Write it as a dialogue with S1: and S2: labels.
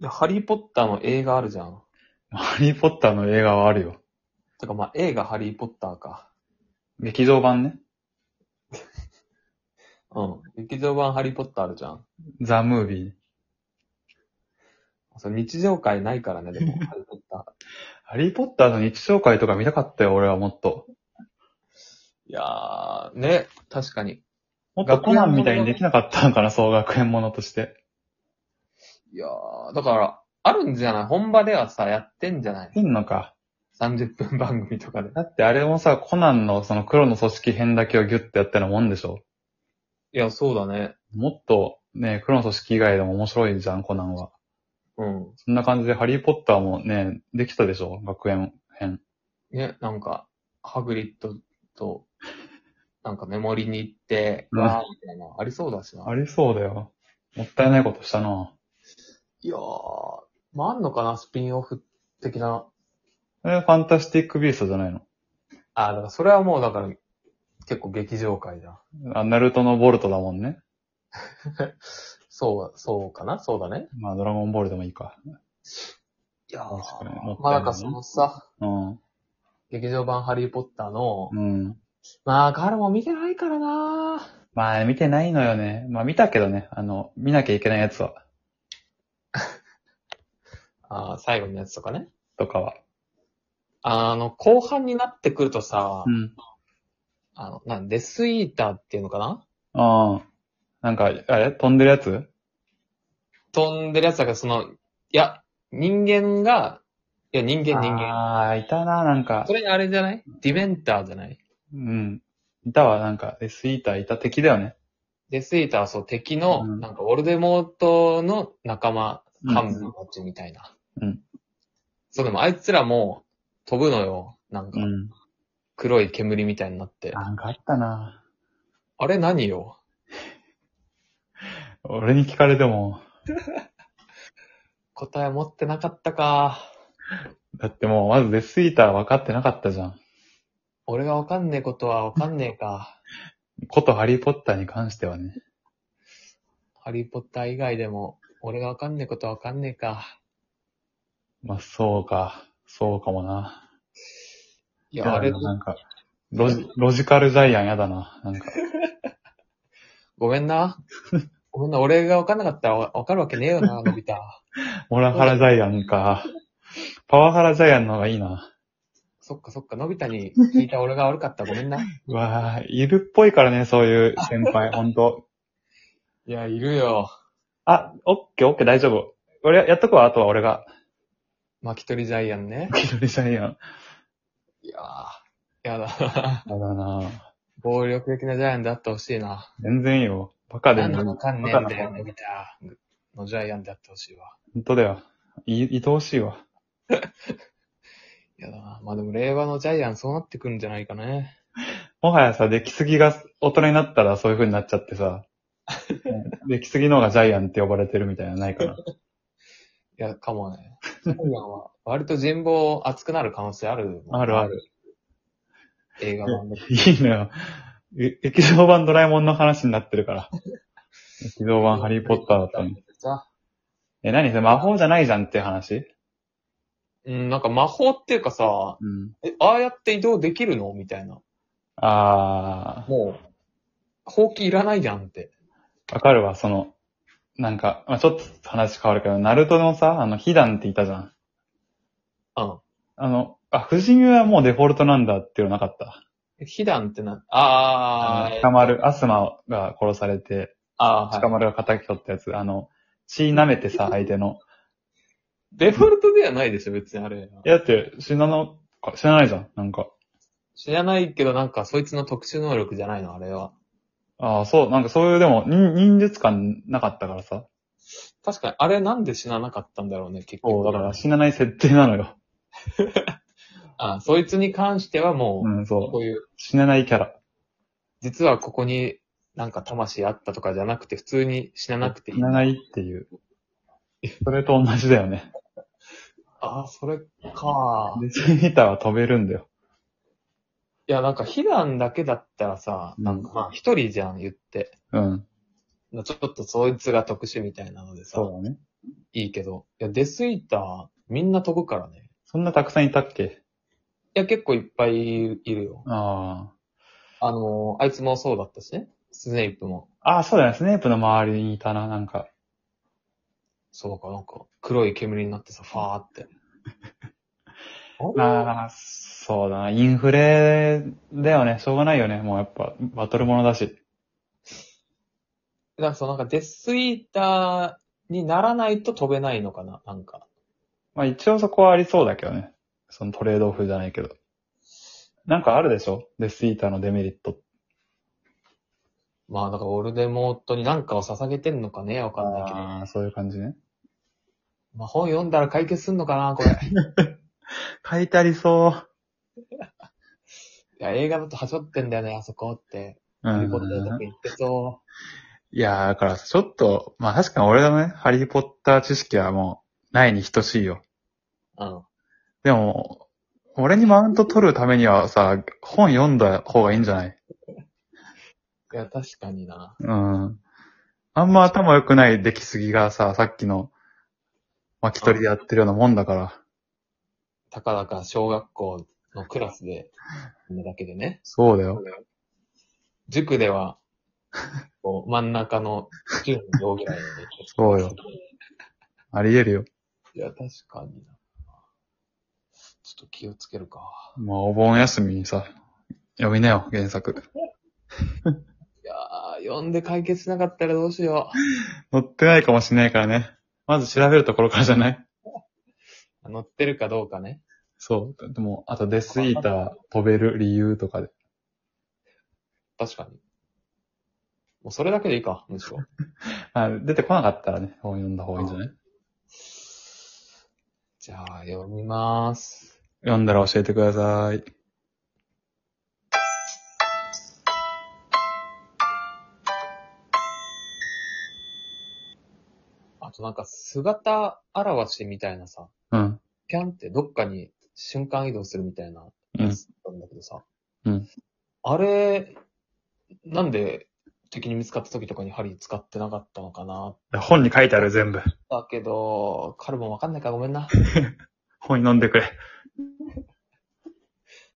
S1: いや、ハリーポッターの映画あるじゃん。
S2: ハリーポッターの映画はあるよ。
S1: てかまあ映画ハリーポッターか。
S2: 劇場版ね。
S1: うん。劇場版ハリーポッターあるじゃん。
S2: ザ・ムービー。
S1: その日常会ないからね、で も、ハリーポッター。
S2: ハリーポッターの日常会とか見たかったよ、俺はもっと。
S1: いやー、ね、確かに。
S2: もっとコナンみたいにできなかったのかな、そう学園ものとして。
S1: いやー、だから、あるんじゃない本場ではさ、やってんじゃない
S2: いんのか。
S1: ?30 分番組とかで。
S2: だってあれもさ、コナンのその黒の組織編だけをギュッてやったようなもんでしょ。
S1: いや、そうだね。
S2: もっと、ね、黒の組織以外でも面白いじゃん、コナンは。
S1: うん。
S2: そんな感じで、ハリーポッターもね、できたでしょ、学園編。
S1: ね、なんか、ハグリッドと、なんかメモリに行って、
S2: うん
S1: わーみたいな、ありそうだしな。
S2: ありそうだよ。もったいないことしたない
S1: やー、まあ、あんのかなスピンオフ的な。
S2: え、ファンタスティックビーストじゃないの
S1: あー、だからそれはもう、だから、結構劇場界 だ。
S2: あ、ナルトのボルトだもんね。
S1: そう、そうかなそうだね。
S2: まあ、ドラゴンボールでもいいか。
S1: いや
S2: 確かにもったいない
S1: まあなんかそのさ、
S2: うん。
S1: 劇場版ハリーポッターの、
S2: うん。
S1: まあ彼も見てないからな
S2: まあ、見てないのよね。まあ、見たけどね。あの、見なきゃいけないやつは、
S1: あー最後のやつとかね。
S2: とかは。
S1: あの、後半になってくるとさ、
S2: うん。
S1: あの、なんデスイーターっていうのかな
S2: ああ。なんか、あれ飛んでるやつ
S1: 飛んでるやつだからその、いや、人間が、いや人間人間。
S2: ああ、いたな、なんか
S1: そ。れにあれじゃないディベンターじゃない
S2: うん。いたわ、なんか、エスイーターいた敵だよね。
S1: デスイーターはそう敵の、
S2: うん
S1: なんか、ウォルデモートの仲間、
S2: うん
S1: 幹部たちみたいな。
S2: うん
S1: そう、でもあいつらも、飛ぶのよ。なんか
S2: う、ん。
S1: 黒い煙みたいになって。
S2: なんかあったな。
S1: あれ何よ
S2: 俺に聞かれても、
S1: 答え持ってなかったか。
S2: だってもう、まずデスイーター分かってなかったじゃん。
S1: 俺がわかんねえことはわかんねえ か。
S2: ことハリーポッターに関してはね。
S1: ハリーポッター以外でも、俺がわかんねえことはわかんねえか。
S2: まあ、そうか。そうかもな。
S1: い
S2: い
S1: や、あれ、
S2: なんか、ロジ、ロジカルジャイアンやだな。なんか、
S1: ごめん な。ごめんな、俺がわかんなかったらわわかるわけねえよな、のび太。
S2: モラハラジャイアンか。パワハラジャイアンの方がいいな。
S1: そっかそっか、のび太に聞いた俺が悪かった。ごめ んな。
S2: うわぁ、いるっぽいからね、そういう先輩、ほんと。
S1: いや、いるよ。
S2: あ、オッケーオッケー大丈夫。俺、やっとくわ、あとは俺が。
S1: 巻き取りジャイアンね。
S2: 気取りジャイアン。
S1: いやー、やだ。
S2: やだなぁ。
S1: 暴力的なジャイアンであってほしいな。
S2: 全然いいよ。バカで
S1: なんだ
S2: もいい。
S1: かわ
S2: バ
S1: か
S2: カ
S1: んねえ
S2: なん
S1: だ
S2: の
S1: よ、のび太のジャイアンであってほしいわ。
S2: ほんとだよ。い、愛おしいわ。
S1: やだな。まあでも令和のジャイアンそうなってくるんじゃないかね。
S2: もはやさ、出来すぎが大人になったらそういう風になっちゃってさ。ね出来すぎの方がジャイアンって呼ばれてるみたいなのないから。
S1: いや、かもね。ジャイアンは割と人望厚くなる可能性ある。
S2: あるあ。る。
S1: 映画版で。
S2: いいのよ。え劇場版ドラえもんの話になってるから。劇場版ハリーポッターだったのに。
S1: さ
S2: え、何それ魔法じゃないじゃんっていう話
S1: うん、なんか魔法っていうかさ、
S2: うん。
S1: え、ああやって移動できるのみたいな。
S2: あ
S1: もう、放棄いらないじゃんって。
S2: ー、わかるわ、その、なんか、まあ、ちょっと話変わるけど、ナルトのさ、あの、ヒダンっていたじゃん。
S1: うん。
S2: あの、あ、藤見はもうデフォルトなんだっていうのなかった。
S1: えヒダンってな、あ
S2: あ
S1: ー、
S2: の捕まる、アスマが殺されて、
S1: あー、は
S2: 捕
S1: い。
S2: まるが仇取ったやつ、あの、血舐めて さ、相手の。
S1: デフォルトではないでしょ、別にあれ。
S2: いや、だって死なのか、死なないじゃん、なんか。
S1: 知らないけど、なんか、そいつの特殊能力じゃないの、あれは。
S2: ああ、そう、なんかそういう、でも、忍忍術感なかったからさ。
S1: 確かに、あれなんで死ななかったんだろうね、結
S2: そ
S1: 局。
S2: う、だから死なない設定なのよ。
S1: あ、そいつに関してはも
S2: うん、
S1: う、
S2: そ
S1: こ
S2: う。
S1: ういう、
S2: 死なないキャラ。
S1: 実はここになんか魂あったとかじゃなくて、普通に死ななくていい
S2: 死。なないっていう。それと同じだよね。
S1: ああ、それか。
S2: で、スニーターは飛べるんだよ。
S1: いや、なんか、避難だけだったらさ、
S2: なんか。
S1: まあ、一人じゃん、言って。
S2: うん。
S1: ちょっとそいつが特殊みたいなのでさ、
S2: そうだね。
S1: いいけど。いや、デスイーター、みんな飛ぶからね。
S2: そんなたくさんいたっけ
S1: いや、結構いっぱいいるよ。
S2: あ
S1: あのーあいつもそうだったしね。スネイプも。
S2: あ。ああ、そうだね。スネープの周りにいたな、なんか。
S1: そうか、なんか、黒い煙になってさ、ファーって。あ
S2: ああ、そうだな。インフレだよね。しょうがないよね。もうやっぱ、バトルものだし。
S1: ーなんかそう、なんかデスイーターにならないと飛べないのかな、なんか。
S2: まあ一応そこはありそうだけどね。そのトレードオフじゃないけど。なんかあるでしょデスイーターのデメリット。
S1: まあ、だから、オルデモートに何かを捧げてんのかね、わかんないけど。
S2: ああ、そういう感じね。
S1: まあ、本読んだら解決すんのかな、これ。い
S2: 書いてありそう。
S1: や、映画だとはしょってんだよね、あそこって。
S2: う
S1: いうことで、僕言ってそ
S2: いやー、だからちょっと、まあ確かに俺のね、ハリーポッター知識はもう、ないに等しいよ。
S1: う。うん。
S2: でも、俺にマウント取るためにはさ、本読んだ方がいいんじゃない
S1: いや、確かにな。
S2: うん。あんま頭良くない出来すぎがさ、さっきの、巻き取りでやってるようなもんだから。
S1: たかだか小学校のクラスで、なだけでね。
S2: そうだよ。
S1: 塾では、こう、真ん中の10の上ぐらいのね。
S2: そうよ。あり得るよ。
S1: いや、確かにな。ちょっと気をつけるか。
S2: まあお盆休みにさ、読みなよ、原作。
S1: いやー、読んで解決しなかったらどうしよ。
S2: 載ってないかもしれないからね。まず調べるところからじゃないう
S1: 載ってるかどうかね。
S2: そう。でも、あとデスイーター飛べる理由とかで。
S1: 確かに。もうそれだけでいいか、むしろ。
S2: あ出てこなかったらね、本読んだ方がいいんじゃない
S1: じゃあ、読みまーす。
S2: 読んだら教えてください。
S1: あとなんか、姿現しみたいなさ、
S2: うん。
S1: ピャンってどっかに瞬間移動するみたいな
S2: うん
S1: やつなんだけどさ。
S2: うん
S1: あれ、なんで敵に見つかった時とかに針使ってなかったのかな。
S2: 本に書いてある全部。
S1: だけど、彼もわかんないからごめんな。
S2: 本に飲んでくれ。